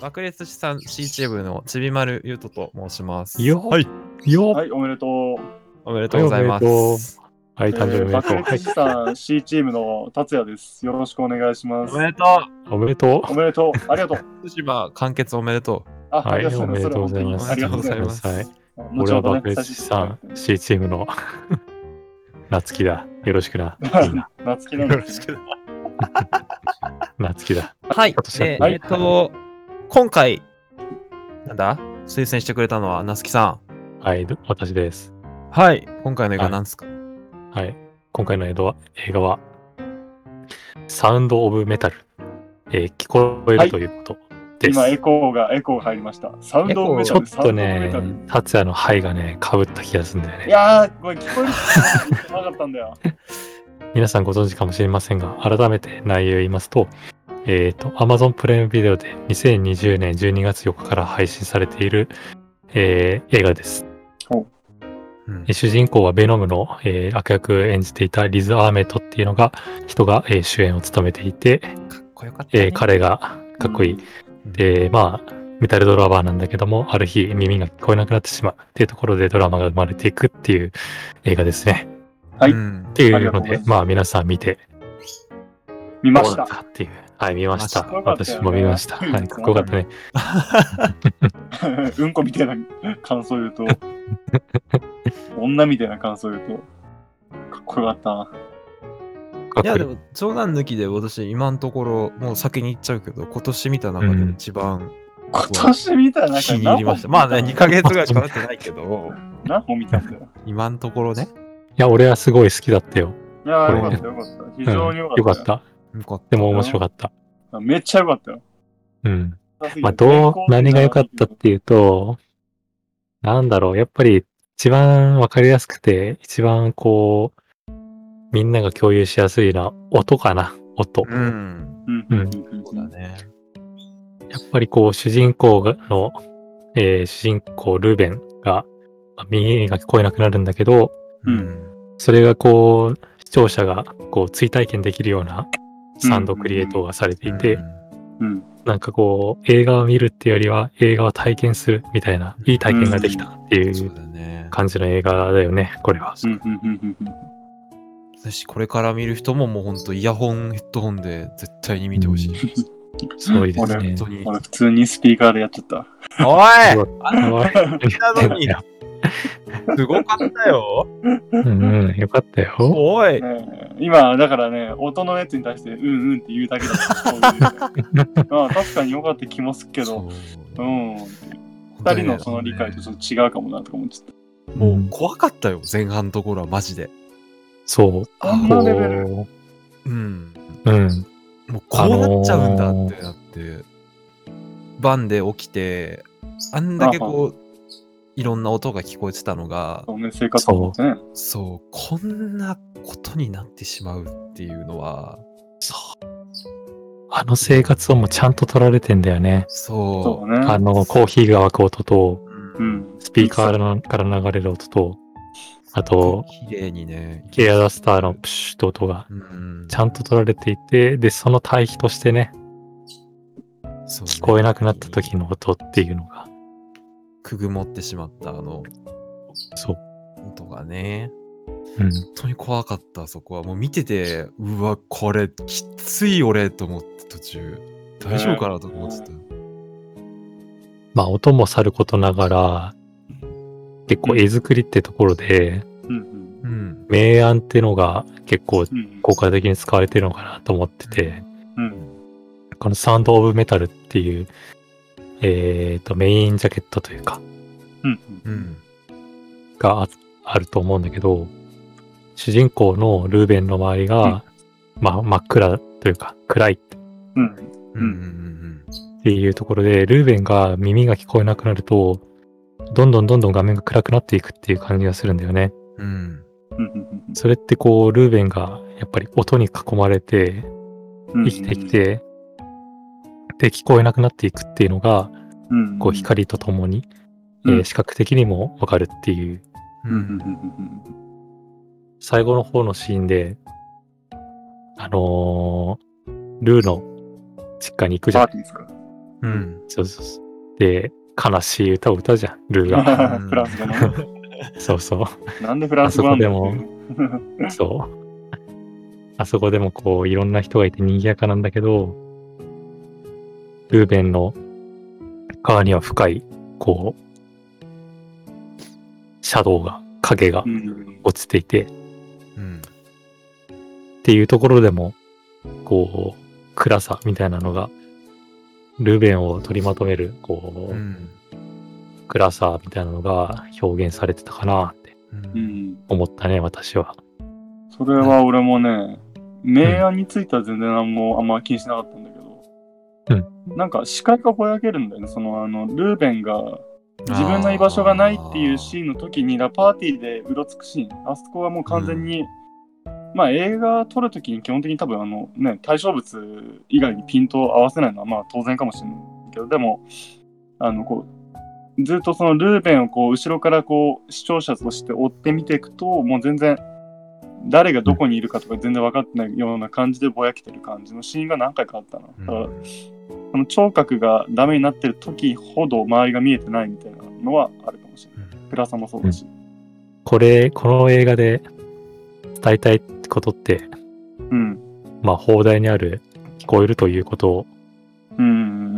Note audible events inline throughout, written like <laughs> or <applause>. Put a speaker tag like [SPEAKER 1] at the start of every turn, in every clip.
[SPEAKER 1] 爆裂資産 C チームのちびまるゆうとと申します。
[SPEAKER 2] よっ、
[SPEAKER 3] はい
[SPEAKER 2] よっ、
[SPEAKER 4] はい、おめでとう。
[SPEAKER 1] おめでとうございま
[SPEAKER 2] おめでと
[SPEAKER 1] す。
[SPEAKER 2] はい、誕生日おめでとう。
[SPEAKER 4] 爆
[SPEAKER 2] はい
[SPEAKER 4] 裂資産 C チームの達也です。よろしくお願いします
[SPEAKER 1] お。めでと
[SPEAKER 2] おめでと
[SPEAKER 4] おめでとう。ありがとう。
[SPEAKER 1] う福島完結おめでと
[SPEAKER 4] あ、
[SPEAKER 2] う。は
[SPEAKER 4] あり
[SPEAKER 2] い、
[SPEAKER 4] がと
[SPEAKER 2] お
[SPEAKER 4] うご
[SPEAKER 2] め
[SPEAKER 4] ざいます。
[SPEAKER 2] でとうございま
[SPEAKER 4] そ
[SPEAKER 2] す。
[SPEAKER 4] れは本当にありがとうございます。
[SPEAKER 1] す
[SPEAKER 2] はい
[SPEAKER 4] 後ほどね
[SPEAKER 2] 俺は爆裂資産 C チームの <laughs> なつきだ。よろしく
[SPEAKER 4] <laughs>
[SPEAKER 2] な。いいな。
[SPEAKER 4] 夏希
[SPEAKER 1] う。 <laughs>
[SPEAKER 4] なんで
[SPEAKER 1] しく。
[SPEAKER 2] なつきだ。
[SPEAKER 1] はい。で
[SPEAKER 2] はい
[SPEAKER 1] えっと、今回、なんだ推薦してくれたのはなつきさ
[SPEAKER 2] はい、ど私です。
[SPEAKER 1] ん。はい。今回の映画なんですか
[SPEAKER 2] はい、今回の映画は、映画はサウンド・オブ・メタル。えー聞こえ
[SPEAKER 4] はい
[SPEAKER 2] るということです。
[SPEAKER 4] 今エコーが、エコーが入りました。サウンドオブメ
[SPEAKER 2] ち
[SPEAKER 4] タ
[SPEAKER 2] ょ
[SPEAKER 4] ル、
[SPEAKER 2] っ
[SPEAKER 4] サウ
[SPEAKER 2] と
[SPEAKER 4] ンドオブメ
[SPEAKER 2] ね
[SPEAKER 4] タル。、
[SPEAKER 2] 達也の肺がね、かぶった気がするんだよ
[SPEAKER 4] い
[SPEAKER 2] ね。
[SPEAKER 4] やー、これ聞こえ
[SPEAKER 2] <laughs>
[SPEAKER 4] るなかったんだよ。
[SPEAKER 2] 皆さんご存知かもしれませんが、改めて内容を言いますと、えっ、と、Amazon プレイムビデオで2020年12月4日から配信されている、えー映画です。
[SPEAKER 1] うん
[SPEAKER 2] えー主人公はベノムの、えー悪役を演じていたリズ・アーメットっていうのが、人が、えー主演を務めていて、
[SPEAKER 1] かっこよかったね。
[SPEAKER 2] えー彼がかっこいい。で、まあ、メタルドラバーなんだけども、ある日耳が聞こえなくなってしまうっていうところでドラマが生まれていくっていう映画ですね。
[SPEAKER 4] はい
[SPEAKER 1] うん
[SPEAKER 2] っていうの
[SPEAKER 4] ありがとうござい
[SPEAKER 2] で、
[SPEAKER 4] ます
[SPEAKER 2] まあ皆さん見て
[SPEAKER 4] 見
[SPEAKER 2] ど
[SPEAKER 4] ま
[SPEAKER 2] う
[SPEAKER 4] し
[SPEAKER 2] だ
[SPEAKER 4] た
[SPEAKER 2] っ。たっていう。はい、見ました。
[SPEAKER 4] かっこよかったよね
[SPEAKER 2] 私も見ました。はい、かっこよかったね。
[SPEAKER 4] うんこみたいな感想言う
[SPEAKER 2] <laughs>
[SPEAKER 4] と、女みたいな感想言うと、かっこよかったな。
[SPEAKER 2] かっ
[SPEAKER 1] い
[SPEAKER 2] こい
[SPEAKER 1] やで
[SPEAKER 2] い。
[SPEAKER 1] も冗談抜きで私今のところもう先に言っちゃうけど今年見た中で一番
[SPEAKER 4] 今年見たらなんか
[SPEAKER 1] 気に入りました。ま
[SPEAKER 4] <laughs>
[SPEAKER 1] あね2ヶ月ぐらいしか経ってないけど
[SPEAKER 4] 何本見たんだよ。
[SPEAKER 1] 今のところね
[SPEAKER 2] いや、俺はすごい好きだったよ。
[SPEAKER 4] いやー、よ
[SPEAKER 2] こ
[SPEAKER 4] か
[SPEAKER 2] れ
[SPEAKER 4] ったよかった。非
[SPEAKER 2] うん、
[SPEAKER 4] 常によかった。
[SPEAKER 2] よかった。
[SPEAKER 1] よかっ
[SPEAKER 2] でも面白かった。
[SPEAKER 4] た。めっちゃよかったよ。
[SPEAKER 2] うん。まあ、どう、何が良かったっていうと、なんだろう、やっぱり一番わかりやすくて、一番こう、みんなが共有しやすいのは音かな、音。
[SPEAKER 1] た。うん。
[SPEAKER 4] う
[SPEAKER 2] う
[SPEAKER 4] んうんんうん
[SPEAKER 1] そうだね。
[SPEAKER 2] やっぱりこう、主人公がの、えー主人公ルーベンが、まあ耳が聞こえなくなるんだけど、
[SPEAKER 1] うん。
[SPEAKER 2] それがこう、視聴者がこう、追体験できるようなサウンドクリエイトがされていて、
[SPEAKER 4] うん
[SPEAKER 2] なんかこう、映画を見るっていうよりは、映画を体験するみたいな、いい体験ができたって
[SPEAKER 1] うん、
[SPEAKER 2] い
[SPEAKER 1] そう
[SPEAKER 2] う
[SPEAKER 1] だね。
[SPEAKER 2] 感じの映画だよね、これは。
[SPEAKER 4] うんうんうんうん
[SPEAKER 1] 私これから見る人ももうほんとイヤホンヘッドホンで絶対に見てほしい。
[SPEAKER 2] すごいです
[SPEAKER 1] 本
[SPEAKER 2] ね。
[SPEAKER 1] 当に。
[SPEAKER 4] 俺普通にスピーカーでやっちゃった。
[SPEAKER 1] おい
[SPEAKER 2] すごい
[SPEAKER 1] なのにすごかったよ。
[SPEAKER 2] うんうん、よかったよ。
[SPEAKER 1] おい
[SPEAKER 4] ねえ今、だからね、音のやつに対して、うんうんって言うだけだった。まあ、確かによかった気もするけど、
[SPEAKER 1] そう
[SPEAKER 4] うん。二
[SPEAKER 1] 本当
[SPEAKER 4] 人
[SPEAKER 1] にね
[SPEAKER 4] のその理解とちょっと違うかもなとか思っちゃっ
[SPEAKER 1] もう怖かったよ、前半のところはマジで。
[SPEAKER 2] そう。
[SPEAKER 4] た。あんなレベル。
[SPEAKER 2] こ
[SPEAKER 1] うん。
[SPEAKER 2] ううん。
[SPEAKER 1] もうこうなっちゃうんだってなって、バンで起きて、あんだけこう、いろんな音が聞こえてたのが、
[SPEAKER 4] そうね、生活もね。
[SPEAKER 1] そう、こんなことになってしまうっていうのは、
[SPEAKER 2] あの生活をもうちゃんと取られてんだよね。
[SPEAKER 4] そ
[SPEAKER 1] そう
[SPEAKER 4] ね。
[SPEAKER 2] あの、コーヒーが沸く音と、
[SPEAKER 1] う、
[SPEAKER 4] うん。
[SPEAKER 2] スピーカーのから流れる音と、あと、
[SPEAKER 1] 綺麗にね、
[SPEAKER 2] ケアダスターのプシュッと音が
[SPEAKER 1] うん、
[SPEAKER 2] ちゃんと取られていて、で、その対比としてね、
[SPEAKER 1] 聞
[SPEAKER 2] 聞こえなくなった時の音っていうのが、
[SPEAKER 1] くぐもってしまったあの
[SPEAKER 2] そう。
[SPEAKER 1] 音がね、
[SPEAKER 2] うん。
[SPEAKER 1] 本当に怖かった、そこは。もう見てて、うわ、これ、きつい俺と思って途中、大丈夫かなと思ってた。
[SPEAKER 2] まあ、音もさることながら、結構絵作りってところで、
[SPEAKER 4] うんうん
[SPEAKER 1] うん。
[SPEAKER 2] 明暗ってのが結構
[SPEAKER 4] うん。
[SPEAKER 2] 効果的に使われてるのかなと思ってて、
[SPEAKER 4] うん。
[SPEAKER 2] このサウンドオブメタルっていう、えっ、と、メインジャケットというか、
[SPEAKER 4] うん
[SPEAKER 1] うん。
[SPEAKER 2] がああると思うんだけど、主人公のルーベンの周りが、まあ、真っ暗というか、暗いっ
[SPEAKER 4] うん。
[SPEAKER 1] うんうんうん
[SPEAKER 2] ていうところで、ルーベンが耳が聞こえなくなると、どんどんどんどん画面が暗くなっていくっていう感じがするんだよね。
[SPEAKER 1] うん。うん。
[SPEAKER 4] うんうん
[SPEAKER 2] それってこう、ルーベンがやっぱり音に囲まれて
[SPEAKER 4] うん
[SPEAKER 2] 生きてき、て、で、聞こえなくなっていくっていうのが、
[SPEAKER 4] うんうん
[SPEAKER 2] こう、光とともに、え
[SPEAKER 4] う
[SPEAKER 2] ー
[SPEAKER 4] ん
[SPEAKER 2] 視覚的にもわかるっていう、
[SPEAKER 1] う
[SPEAKER 4] うん
[SPEAKER 1] ん
[SPEAKER 2] 最後の方のシーンで、あのールーの実家に行くじゃ
[SPEAKER 4] パ
[SPEAKER 2] ん
[SPEAKER 4] ー。ティーですか
[SPEAKER 1] うん。
[SPEAKER 2] そうそうそう。で、悲しい歌を歌うじゃん、ルーが。
[SPEAKER 1] ん
[SPEAKER 4] フランス語のね。
[SPEAKER 2] そうそう。
[SPEAKER 4] なんでフランス語なんだよ
[SPEAKER 2] あそそう。あそこでもこういろんな人がいて賑やかなんだけど、ルーベンの側には深い、こう、シャドウが、影が
[SPEAKER 4] うん
[SPEAKER 2] 落ちていて、
[SPEAKER 1] うん。
[SPEAKER 2] っていうところでも、こう、暗さみたいなのが、ルーベンを取りまとめる、こ
[SPEAKER 1] う
[SPEAKER 2] う、
[SPEAKER 1] ん。
[SPEAKER 2] 暗さみたいなのが表現されてたかなって
[SPEAKER 1] うん
[SPEAKER 4] うん。
[SPEAKER 2] 思ったね、私は。
[SPEAKER 4] それは俺もね、明暗については全然何もあんま気にしなかったんだけど、なんか視界がぼやけるんだよね。その、あの、ルーベンが自分の居場所がないっていうシーンの時にラパーティーでうろつくシーンあそこはもう完全に、まあ映画撮る時に基本的に多分あのね対象物以外にピントを合わせないのはまあ当然かもしれないけどでもあのこうずっとそのルーベンをこう後ろからこう視聴者として追って見ていくともう全然誰がどこにいるかとか全然分かってないような感じでぼやけてる感じのシーンが何回かあったな。だからその聴覚がダメになってる時ほど周りが見えてないみたいなのはあるかもしれない。暗さもそうだし。
[SPEAKER 2] これ、この映画で伝えたいことって、
[SPEAKER 4] うん。
[SPEAKER 2] まあ、放題にある聞こえるということ
[SPEAKER 4] うん。う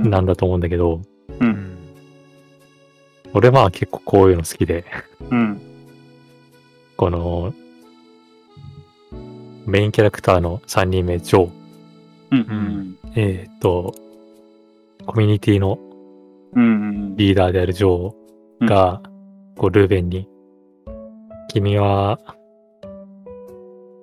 [SPEAKER 4] ん。
[SPEAKER 2] なんだと思うんだけど、
[SPEAKER 1] う
[SPEAKER 4] う。
[SPEAKER 1] んん
[SPEAKER 2] 俺まあ結構こういうの好きで、
[SPEAKER 4] うん。
[SPEAKER 2] この、メインキャラクターの3人目、ジョー、
[SPEAKER 4] うん。うん。
[SPEAKER 2] えーっと、コミュニティの
[SPEAKER 4] うん。
[SPEAKER 2] リーダーであるジョーが、こう、ルーベンに、君は、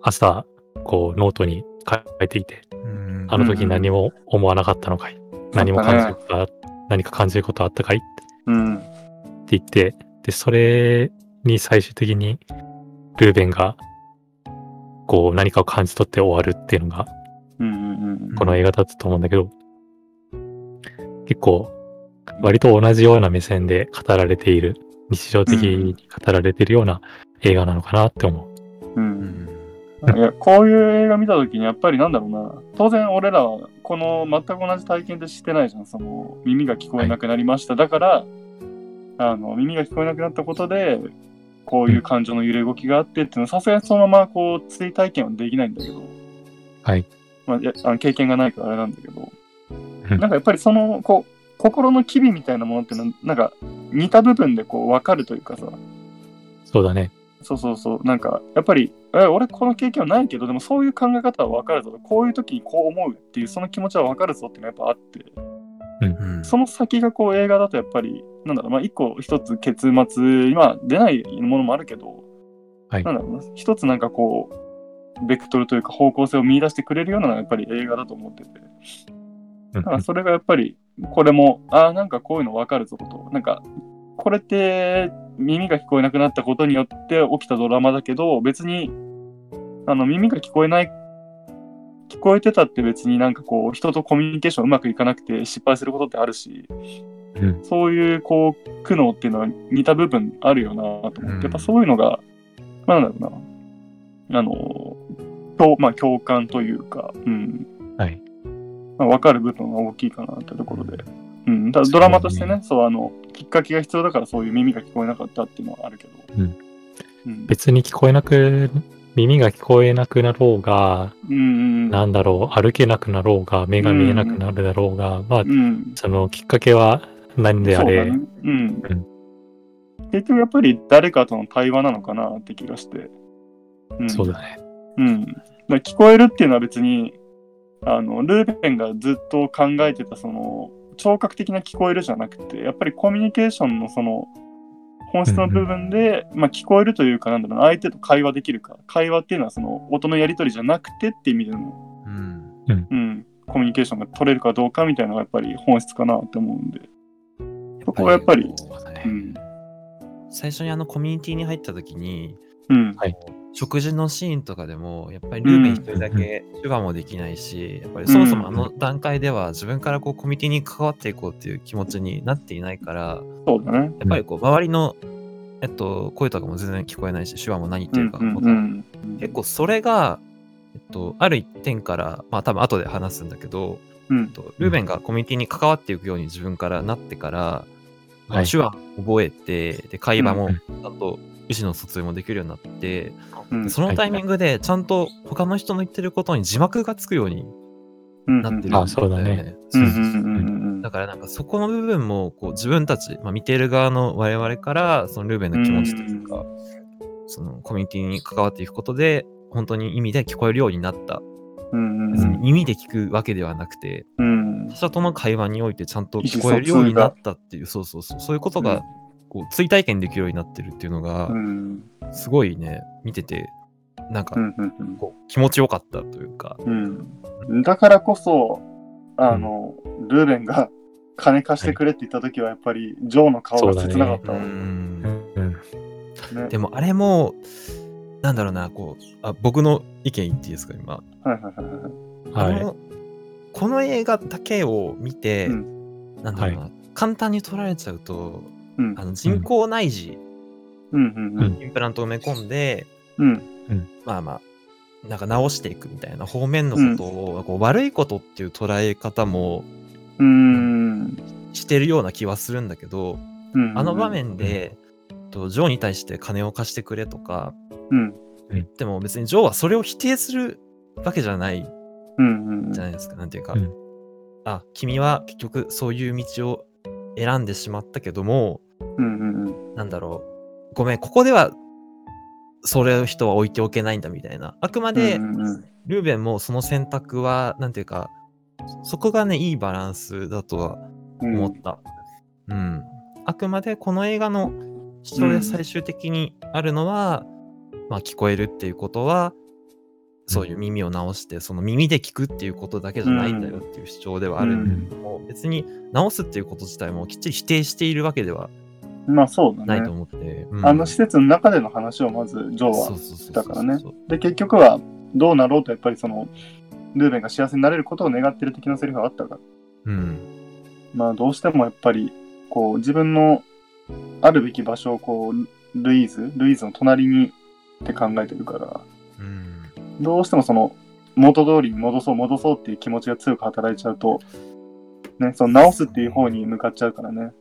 [SPEAKER 2] 朝、こう、ノートに書いていて、
[SPEAKER 1] うん
[SPEAKER 2] あの時何も思わなかったのかい、何も感じることあ何か感じることあったかい
[SPEAKER 4] うん。
[SPEAKER 2] って言って、で、それに最終的に、ルーベンが、こう、何かを感じ取って終わるっていうのが、
[SPEAKER 4] うん。
[SPEAKER 2] この映画だったと思うんだけど、結構、割と同じような目線で語られている、日常的に語られているような映画なのかなって思
[SPEAKER 1] う
[SPEAKER 2] う。
[SPEAKER 4] う。
[SPEAKER 1] んん
[SPEAKER 4] いや、こういう映画見たときに、やっぱりなんだろうな。当然俺らは、この全く同じ体験でしてないじゃん。その、耳が聞こえなくなりました。だから、あの、耳が聞こえなくなったことで、こういう感情の揺れ動きがあってっていうのは、さすがにそのままこう、追体験はできないんだけど。
[SPEAKER 2] はい。
[SPEAKER 4] まあ、いやあの経験がないからあれなんだけど、
[SPEAKER 2] うん
[SPEAKER 4] なんかやっぱりその、こう、心の機微みたいなものってなん、なんか似た部分でこう分かるというかさ、
[SPEAKER 2] そうだね。
[SPEAKER 4] そうそうそう、なんかやっぱり、え俺この経験はないけど、でもそういう考え方は分かるぞ、こういう時にこう思うっていう、その気持ちは分かるぞっていうのがやっぱあって、
[SPEAKER 1] うん
[SPEAKER 4] その先がこう映画だとやっぱり、なんだろう、まあ一個一つ結末、今出ないものもあるけど、
[SPEAKER 2] はい
[SPEAKER 4] なんだろうな、一つなんかこう、ベクトルというか方向性を見出してくれるようなのがやっぱり映画だと思ってて。
[SPEAKER 2] うん
[SPEAKER 4] だからそれがやっぱり、これも、ああ、なんかこういうの分かるぞと。なんか、これって耳が聞こえなくなったことによって起きたドラマだけど、別に、あの、耳が聞こえない、聞こえてたって別になんかこう、人とコミュニケーションうまくいかなくて失敗することってあるし、
[SPEAKER 2] うん
[SPEAKER 4] そういうこう、苦悩っていうのは似た部分あるよなと思って、
[SPEAKER 1] うん
[SPEAKER 4] やっぱそういうのが、まあなんだろうな、あの、共まあ、共感というか、うん、
[SPEAKER 2] はい。
[SPEAKER 4] まあ、分かる部分が大きいかなってところで。うん、ただドラマとしてね、そう、あの、きっかけが必要だから、そういう耳が聞こえなかったっていうのはあるけど。
[SPEAKER 2] うん
[SPEAKER 4] うん。
[SPEAKER 2] 別に聞こえなく、耳が聞こえなくなろうが、
[SPEAKER 4] うん。
[SPEAKER 2] なんだろう、歩けなくなろうが、目が見えなくなるだろうが、まあ
[SPEAKER 4] う、ん。
[SPEAKER 2] そのきっかけは何であれ、
[SPEAKER 4] そうだねうん。結局やっぱり誰かとの対話なのかなって気がして。うん。
[SPEAKER 2] そうだね。
[SPEAKER 4] うん。だから聞こえるっていうのは別に、あの、ルーベンがずっと考えてた、その、聴覚的な聞こえるじゃなくて、やっぱりコミュニケーションのその、本質の部分で、まあ聞こえるというか、なんだろうな、相手と会話できるか。会話っていうのはその、音のやり取りじゃなくてって意味での、
[SPEAKER 1] うん
[SPEAKER 4] うん、コミュニケーションが取れるかどうかみたいなのがやっぱり本質かなって思うんで。そこはやっぱり、
[SPEAKER 1] そうだね
[SPEAKER 4] うん。
[SPEAKER 1] 最初にあのコミュニティに入った時に
[SPEAKER 4] うん。
[SPEAKER 1] 食事のシーンとかでもやっぱりルーベン一人だけ手話もできないし、やっぱりそもそもあの段階では自分からこうコミュニティに関わっていこうっていう気持ちになっていないから
[SPEAKER 4] そうだね。
[SPEAKER 1] やっぱりこう周りの、えっと、声とかも全然聞こえないし手話も何言ってるか、
[SPEAKER 4] うんうんうん
[SPEAKER 1] 結構それが、えっと、ある一点からまあ多分後で話すんだけど、
[SPEAKER 4] ううん
[SPEAKER 1] とルーベンがコミュニティに関わっていくように自分からなってから、まあ
[SPEAKER 2] はい
[SPEAKER 1] 手話も覚えて、で会話も
[SPEAKER 2] うん
[SPEAKER 1] あと意思の疎通もできるようになって、
[SPEAKER 4] うん
[SPEAKER 1] でそのタイミングでちゃんと他の人の言ってることに字幕がつくように
[SPEAKER 4] うん
[SPEAKER 1] なってるんだ
[SPEAKER 2] あ
[SPEAKER 1] よね。
[SPEAKER 2] そうだね
[SPEAKER 4] うんうんうんうん
[SPEAKER 1] だからなんかそこの部分もこう自分たち、まあ、見ている側の我々からそのルーベンの気持ちというか、そのコミュニティに関わっていくことで本当に意味で聞こえるようになった
[SPEAKER 4] うんうん
[SPEAKER 1] 別
[SPEAKER 4] うん
[SPEAKER 1] に耳で聞くわけではなくて
[SPEAKER 4] うん
[SPEAKER 1] 他者との会話においてちゃんと聞こえるようになったっていうそうそうそうそういうこと
[SPEAKER 4] うん
[SPEAKER 1] がこう追体験できるようになってるっていうのが
[SPEAKER 4] うん
[SPEAKER 1] すごいね見ててなんか
[SPEAKER 4] うんうんうん
[SPEAKER 1] こう気持ちよかったというか
[SPEAKER 4] うん、だからこそ、あの、ルーベンが金貸してくれって言った時は、やっぱり、ジョーの顔が切なかった
[SPEAKER 1] う
[SPEAKER 4] もん
[SPEAKER 1] ん
[SPEAKER 2] うん
[SPEAKER 4] ね。
[SPEAKER 1] でもあれもなんだろうなこうあ僕の意見言っていいですか今
[SPEAKER 4] はいはいはいはい。
[SPEAKER 2] は
[SPEAKER 1] あ
[SPEAKER 2] い。
[SPEAKER 1] のこの映画だけを見て、
[SPEAKER 4] う
[SPEAKER 1] なんだろうな、簡単に取られちゃうと
[SPEAKER 4] うん
[SPEAKER 1] あの人工内耳、
[SPEAKER 4] うんうんうん
[SPEAKER 1] インプラントを埋め込んで
[SPEAKER 4] うん
[SPEAKER 1] まあまあなんか直していくみたいな方面のことを、こう悪いことっていう捉え方も
[SPEAKER 4] うん
[SPEAKER 1] してるような気はするんだけど、
[SPEAKER 4] うん
[SPEAKER 1] あの場面で、とジョーに対して金を貸してくれとか
[SPEAKER 4] うん
[SPEAKER 1] 言っても別にジョーはそれを否定するわけじゃない
[SPEAKER 4] うんうん
[SPEAKER 1] じゃないですか、なんていうか、
[SPEAKER 2] うん
[SPEAKER 1] あ君は結局そういう道を選んでしまったけども
[SPEAKER 4] うんうんうん
[SPEAKER 1] なんだろうごめんここではそれを人は置いておけないんだみたいなあくまで
[SPEAKER 4] うんうん
[SPEAKER 1] ルーベンもその選択はなんていうかそこがねいいバランスだとは
[SPEAKER 4] うん
[SPEAKER 1] 思ったうん、あくまでこの映画の主張で最終的にあるのは、まあ聞こえるっていうことはそういう耳を直してその耳で聞くっていうことだけじゃないんだよっていう主張ではあるんだけどもう別に直すっていうこと自体もきっちり否定しているわけでは
[SPEAKER 4] うんまあそうだ
[SPEAKER 1] ない
[SPEAKER 4] ね
[SPEAKER 1] と。思って、うん
[SPEAKER 4] あの施設の中での話をまず、ジョーは
[SPEAKER 1] そうそうそうそう
[SPEAKER 4] だからねで、結局は、どうなろうと、やっぱりその、ルーベンが幸せになれることを願ってる的なセリフがあったから、
[SPEAKER 1] うん
[SPEAKER 4] まあどうしてもやっぱり、こう、自分のあるべき場所をこう、ルイーズ、ルイーズの隣にって考えてるから、
[SPEAKER 1] うん
[SPEAKER 4] どうしてもその、元通りに戻そう戻そうっていう気持ちが強く働いちゃうと、ね、その直すっていう方に向かっちゃうからね。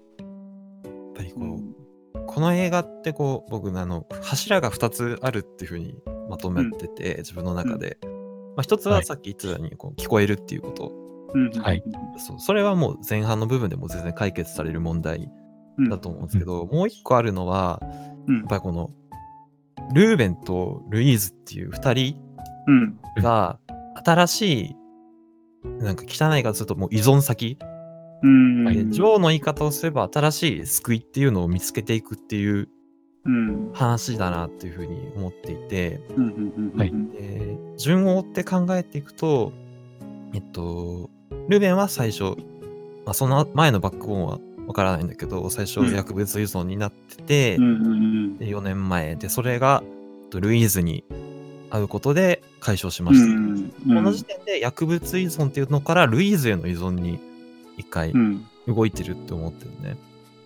[SPEAKER 1] やっぱりこう、この映画ってこう僕あの柱が2つあるっていうふうにまとめてて、自分の中で、まあ、1つ
[SPEAKER 2] は
[SPEAKER 1] はいさっき言ってたようにこう聞こえるっていうこと、
[SPEAKER 4] うん
[SPEAKER 2] はい。
[SPEAKER 1] そうそれはもう前半の部分でも全然解決される問題
[SPEAKER 4] うん
[SPEAKER 1] だと思うんですけど、もう1個あるのは
[SPEAKER 4] うん
[SPEAKER 1] やっぱりこのルーベンとルイーズっていう2人
[SPEAKER 4] うん。
[SPEAKER 1] が新しいなんか汚いからするともう依存先、
[SPEAKER 4] うん。
[SPEAKER 1] でジョーの言い方をすれば新しい救いっていうのを見つけていくっていう
[SPEAKER 4] うん。
[SPEAKER 1] 話だなっていうふうに思っていて
[SPEAKER 4] うんうん。
[SPEAKER 2] はい
[SPEAKER 1] で順を追って考えていくとえっとルベンは最初、まあ、その前のバックボーンはわからないんだけど最初
[SPEAKER 4] うん
[SPEAKER 1] 薬物依存になってて、
[SPEAKER 4] うんうん
[SPEAKER 1] で4年前でそれがえっとルイーズに会うことで解消しま
[SPEAKER 4] う
[SPEAKER 1] した。
[SPEAKER 4] ん。
[SPEAKER 1] この時点で薬物依存っていうのからルイーズへの依存に一回
[SPEAKER 4] うん。
[SPEAKER 1] 動いてるって思ってるね。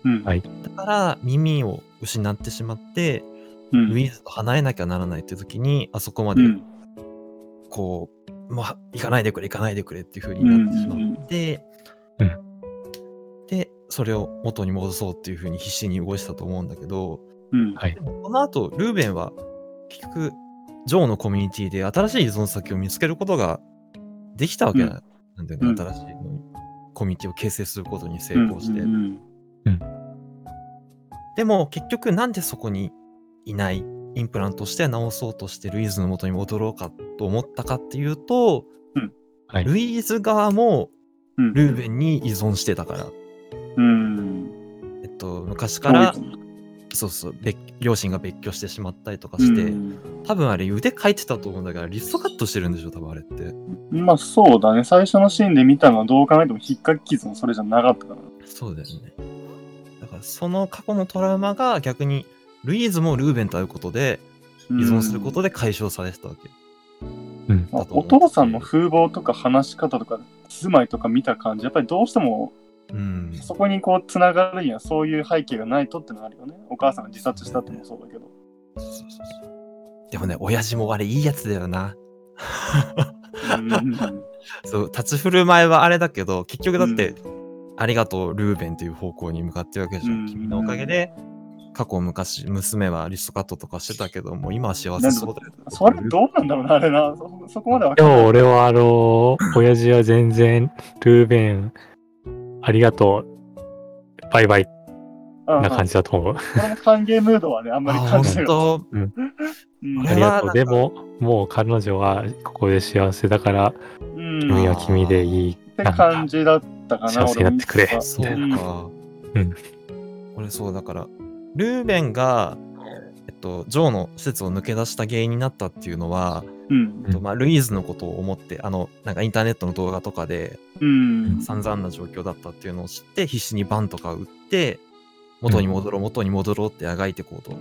[SPEAKER 4] うん。
[SPEAKER 2] はい
[SPEAKER 1] だから耳を失ってしまって、
[SPEAKER 4] うん。
[SPEAKER 1] ルイーズと離れなきゃならないって時に、あそこま
[SPEAKER 4] う
[SPEAKER 1] で
[SPEAKER 4] ん。
[SPEAKER 1] こう、もうは行かないでくれ行かないでくれっていう風に
[SPEAKER 4] うん。
[SPEAKER 1] なってしまって、で、それを元に戻そうっていう風に必死に動いてたと思うんだけど、
[SPEAKER 4] うん。
[SPEAKER 2] はい
[SPEAKER 1] でもこの後、ルーベンは結局、ジョーのコミュニティで新しい依存先を見つけることができたわけだ、なんだよね、
[SPEAKER 4] うん
[SPEAKER 1] 新しいのにコミュニティを形成することに成
[SPEAKER 4] うん
[SPEAKER 1] 功して。
[SPEAKER 4] うん。
[SPEAKER 1] でも結局なんでそこにいないインプラントして治そうとしてルイーズの元に戻ろうかと思ったかっていうと、
[SPEAKER 4] うん
[SPEAKER 2] はい
[SPEAKER 1] ルイーズ側も
[SPEAKER 4] うん
[SPEAKER 1] ルーベンに依存してたから、
[SPEAKER 4] うん。
[SPEAKER 1] えっと、昔からそうそう別両親が別居してしまったりとかして、多分あれ腕かいてたと思うんだからリストカットしてるんでしょ多分あれって
[SPEAKER 4] まあそうだね。最初のシーンで見たのはどう考えても引っかき傷のそれじゃなかったから。
[SPEAKER 1] そうだよねだからその過去のトラウマが逆にルイーズもルーベンと会うことで依存することで解消されてたわけ、
[SPEAKER 4] まあお父さんの風貌とか話し方とか住まいとか見た感じ、やっぱりどうしても
[SPEAKER 1] うん、
[SPEAKER 4] そこにこうつながるにはそういう背景がないとってのがあるよね。お母さんが自殺したってのもそうだけど。
[SPEAKER 1] そうそうそうそうでもね、親父もあれいいやつだよな。
[SPEAKER 4] うん
[SPEAKER 1] そう立ち振る舞いはあれだけど結局だって、ありがとうルーベンという方向に向かってるわけじゃん、
[SPEAKER 4] うん
[SPEAKER 1] 君のおかげで過去昔娘はリストカットとかしてたけども今は幸せそうだよ
[SPEAKER 4] それどうなんだろうな、あれな。そそこまでわ
[SPEAKER 2] で
[SPEAKER 4] かんない
[SPEAKER 2] も俺はあの、親父は全然、ルーベン、ありがとう、バイバイ
[SPEAKER 4] うん
[SPEAKER 2] な感じだと思う。
[SPEAKER 4] これも歓迎ムードはね、あんまり
[SPEAKER 1] あ
[SPEAKER 4] 感じ
[SPEAKER 1] 本
[SPEAKER 4] る。
[SPEAKER 1] 当
[SPEAKER 4] うん
[SPEAKER 1] ん
[SPEAKER 2] ありがとう。
[SPEAKER 1] 俺はな
[SPEAKER 2] で
[SPEAKER 1] んか
[SPEAKER 2] も、もう彼女はここで幸せだから、
[SPEAKER 4] うん
[SPEAKER 1] い
[SPEAKER 2] 君
[SPEAKER 1] や
[SPEAKER 2] は君でいい。
[SPEAKER 4] って感じだったかな。
[SPEAKER 2] 幸せになってくれ
[SPEAKER 4] 俺も
[SPEAKER 1] そう
[SPEAKER 4] う
[SPEAKER 1] か
[SPEAKER 4] ん。
[SPEAKER 2] うん
[SPEAKER 1] 俺そうだからルーベンがえっとジョーの施設を抜け出した原因になったっていうのは、
[SPEAKER 4] うん
[SPEAKER 1] えっとまあ、ルイーズのことを思ってあのなんかインターネットの動画とかで
[SPEAKER 4] うん。
[SPEAKER 1] 散々な状況だったっていうのを知って必死にバンとか打って元に戻ろう元に戻ろうってあがいてこうと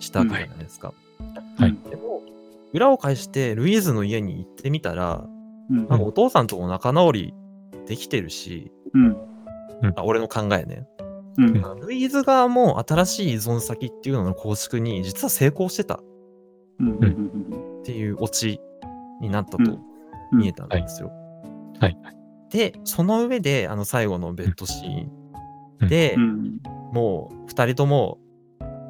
[SPEAKER 1] したわけじゃないですか。
[SPEAKER 2] はい
[SPEAKER 1] でも裏を返してルイーズの家に行ってみたら
[SPEAKER 4] うん
[SPEAKER 1] なんかお父さんとも仲直りできてるし、
[SPEAKER 4] うん。
[SPEAKER 1] あ俺の考えね
[SPEAKER 4] うん。
[SPEAKER 1] ルイーズ側も新しい依存先っていうのの構築に実は成功してたっ
[SPEAKER 4] うんうん。
[SPEAKER 1] ていうオチになったと
[SPEAKER 4] うんうん
[SPEAKER 1] 見えたんですよ。
[SPEAKER 2] はい
[SPEAKER 1] でその上であの最後のベッドシーンで、
[SPEAKER 4] うん。
[SPEAKER 1] もう2人とも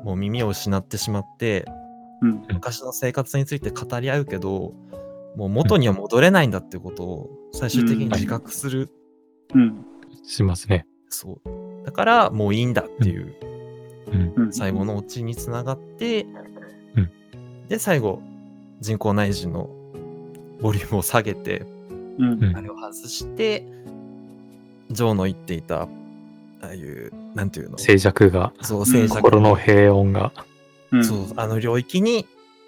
[SPEAKER 1] もう耳を失ってしまって
[SPEAKER 4] うん
[SPEAKER 1] 昔の生活について語り合うけどもう元には戻れないんだってことを最終的に自覚する、
[SPEAKER 4] うん。
[SPEAKER 2] しますね。
[SPEAKER 1] そうだからもういいんだっていう
[SPEAKER 2] うん。
[SPEAKER 4] うん。
[SPEAKER 1] 最後のオチにつながって、
[SPEAKER 2] う
[SPEAKER 1] で最後人工内耳のボリュームを下げて
[SPEAKER 4] うん。
[SPEAKER 2] うん
[SPEAKER 1] あれを外してジョーの言っていたああいうなんていうの
[SPEAKER 2] 静寂が、
[SPEAKER 1] そう静寂
[SPEAKER 2] 心の平穏が。
[SPEAKER 4] うん。
[SPEAKER 1] そうあの領域に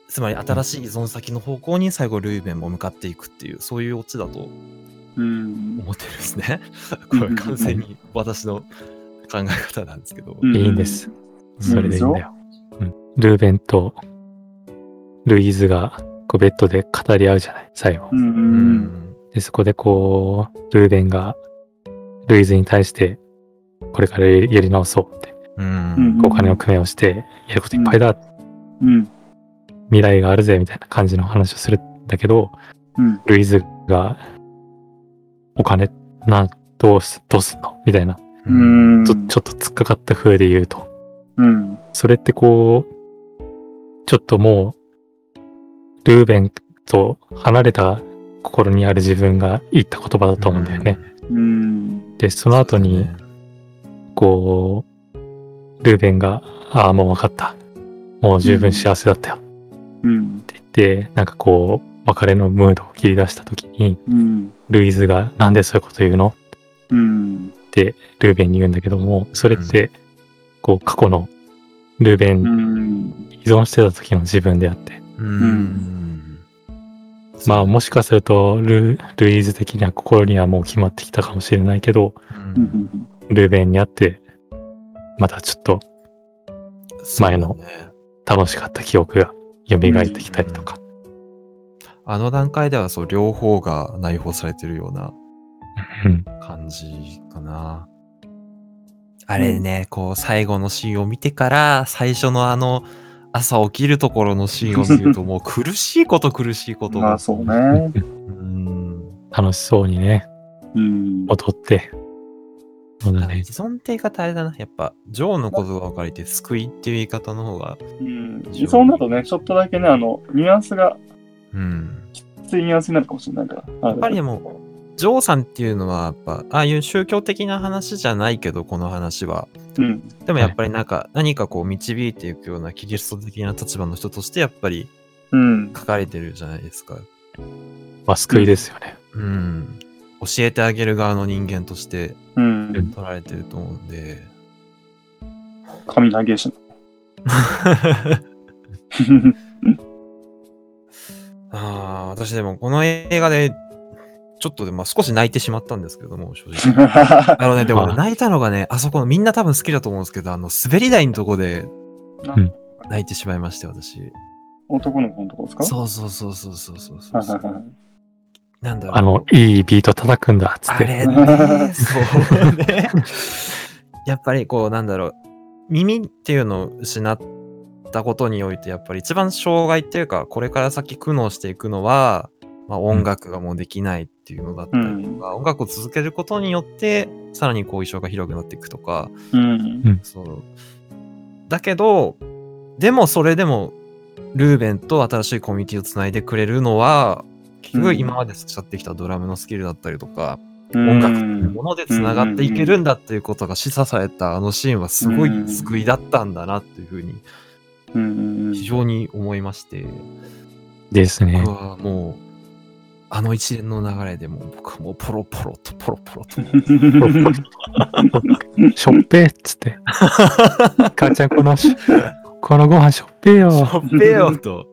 [SPEAKER 1] つまり新しい依存先の方向に最後ルーベンも向かっていくっていうそういうオチだと
[SPEAKER 4] うん。
[SPEAKER 1] 思ってるんですねこ
[SPEAKER 4] うん
[SPEAKER 1] れ完全に私の考え方なんですけど、
[SPEAKER 4] うん
[SPEAKER 2] いいんです。それでいいんだよ。うん、ルーベンとルイーズがこうベッドで語り合うじゃない、最後
[SPEAKER 4] う。ん。う。
[SPEAKER 1] うんん
[SPEAKER 2] で、そこでこう、ルーベンがルイーズに対して、これからやり直そうって、
[SPEAKER 1] うん
[SPEAKER 4] うん
[SPEAKER 2] こうお金の工面をして、やることいっぱいだ、
[SPEAKER 4] うん。
[SPEAKER 2] 未来があるぜ、みたいな感じの話をするんだけど、
[SPEAKER 4] うん。
[SPEAKER 2] ルイーズが、お金、なん、どうす、どうすんのみたいな、
[SPEAKER 4] うん。
[SPEAKER 2] ちょちょっと突っかかった風で言うと、
[SPEAKER 4] うん。
[SPEAKER 2] それってこう、ちょっともう、ルーベンと離れた心にある自分が言った言葉だと思うんだよね。
[SPEAKER 4] うん。
[SPEAKER 2] で、その後に、こう、ルーベンが、ああ、もう分かった。もう十分幸せだったよっ
[SPEAKER 4] うん。
[SPEAKER 2] て言って、なんかこう、別れのムードを切り出した時に、
[SPEAKER 4] うん。
[SPEAKER 2] ルイーズが、なんでそういうこと言うの
[SPEAKER 4] うん。
[SPEAKER 2] ってルーベンに言うんだけども、それって、こう、過去のルーベン
[SPEAKER 4] う
[SPEAKER 2] に
[SPEAKER 4] ん。
[SPEAKER 2] 依存してた時の自分であって、
[SPEAKER 1] うん
[SPEAKER 2] まあもしかするとルルイーズ的には心にはもう決まってきたかもしれないけど
[SPEAKER 1] うん
[SPEAKER 4] うん。
[SPEAKER 2] ルーベンに会ってまたちょっと前の
[SPEAKER 1] そうだね
[SPEAKER 2] 楽しかった記憶が蘇ってきたりとか、
[SPEAKER 1] あの段階ではそう両方が内包されてるような
[SPEAKER 2] うん
[SPEAKER 1] 感じかな。あれね、こう最後のシーンを見てから最初のあの朝起きるところのシー <laughs> ンを見るともう苦しいこと苦しいこと
[SPEAKER 4] ま
[SPEAKER 1] が
[SPEAKER 4] あ、そうね。
[SPEAKER 1] うん
[SPEAKER 2] 楽しそうにね
[SPEAKER 4] うん。
[SPEAKER 2] 踊ってそうだ
[SPEAKER 1] なんか依
[SPEAKER 2] ね
[SPEAKER 1] 存って言い方あれだなやっぱジョーの言葉を借りて救いっていう言い方の方が
[SPEAKER 4] うん。依存だとね、ちょっとだけね、あの、ニュアンスが、
[SPEAKER 1] うん
[SPEAKER 4] きついニュアンスになるかもしれないから。
[SPEAKER 1] やっぱりでもジョーさんっていうのはやっぱああいう宗教的な話じゃないけどこの話は
[SPEAKER 4] うん。
[SPEAKER 1] でもやっぱりなんか何かこう導いていくようなキリスト的な立場の人としてやっぱり
[SPEAKER 4] うん。
[SPEAKER 1] 書かれてるじゃないですか。
[SPEAKER 2] まあ救いですよね、
[SPEAKER 1] うん。教えてあげる側の人間として
[SPEAKER 4] うん。
[SPEAKER 1] 取られてると思うんで。 <laughs>
[SPEAKER 4] 神投げし。
[SPEAKER 1] ああ、私でもこの映画でちょっとでもまあ少し泣いてしまったんですけども、正
[SPEAKER 4] <laughs>
[SPEAKER 1] 直。あのね、でも俺
[SPEAKER 2] はい
[SPEAKER 1] 泣いたのがね、あそこのみんな多分好きだと思うんですけど、あの滑り台のとこで泣いてしまいまして、私。
[SPEAKER 4] 男の子のとこですか
[SPEAKER 1] そうそうそうそうそうそうそ。
[SPEAKER 4] はいはいう <laughs> は
[SPEAKER 1] なんだろう。
[SPEAKER 2] あのいいビート叩くんだっつっ
[SPEAKER 1] あ
[SPEAKER 2] て
[SPEAKER 1] れね、そうね。やっぱりこう、なんだろう、耳っていうのを失ったことにおいて、やっぱり一番障害っていうか、これから先苦悩していくのは、まあ、音楽がもうできないっっていうのだったりとか、音楽を続けることによって、さらに後遺症が広くなっていくとか、
[SPEAKER 4] うん。
[SPEAKER 1] そう。だけど、でもそれでも、ルーベンと新しいコミュニティをつないでくれるのは、結
[SPEAKER 4] う
[SPEAKER 1] 局
[SPEAKER 4] ん
[SPEAKER 1] 今まで培ってきたドラムのスキルだったりとか、
[SPEAKER 4] 音
[SPEAKER 1] 音楽というものでつながっていけるんだっていうことが示唆されたあのシーンはすごい
[SPEAKER 4] うん
[SPEAKER 1] 救いだったんだなっていうふうに
[SPEAKER 4] うん。
[SPEAKER 1] 非常に思いまして、
[SPEAKER 2] ですね
[SPEAKER 1] 僕。はもう、あの一連の流れでもう僕はもうポロポロとポロポロと。
[SPEAKER 2] しょっぺーっつって。母ちゃん、このし、このご飯しょっぺー <laughs> よ。
[SPEAKER 1] ほっぺよと。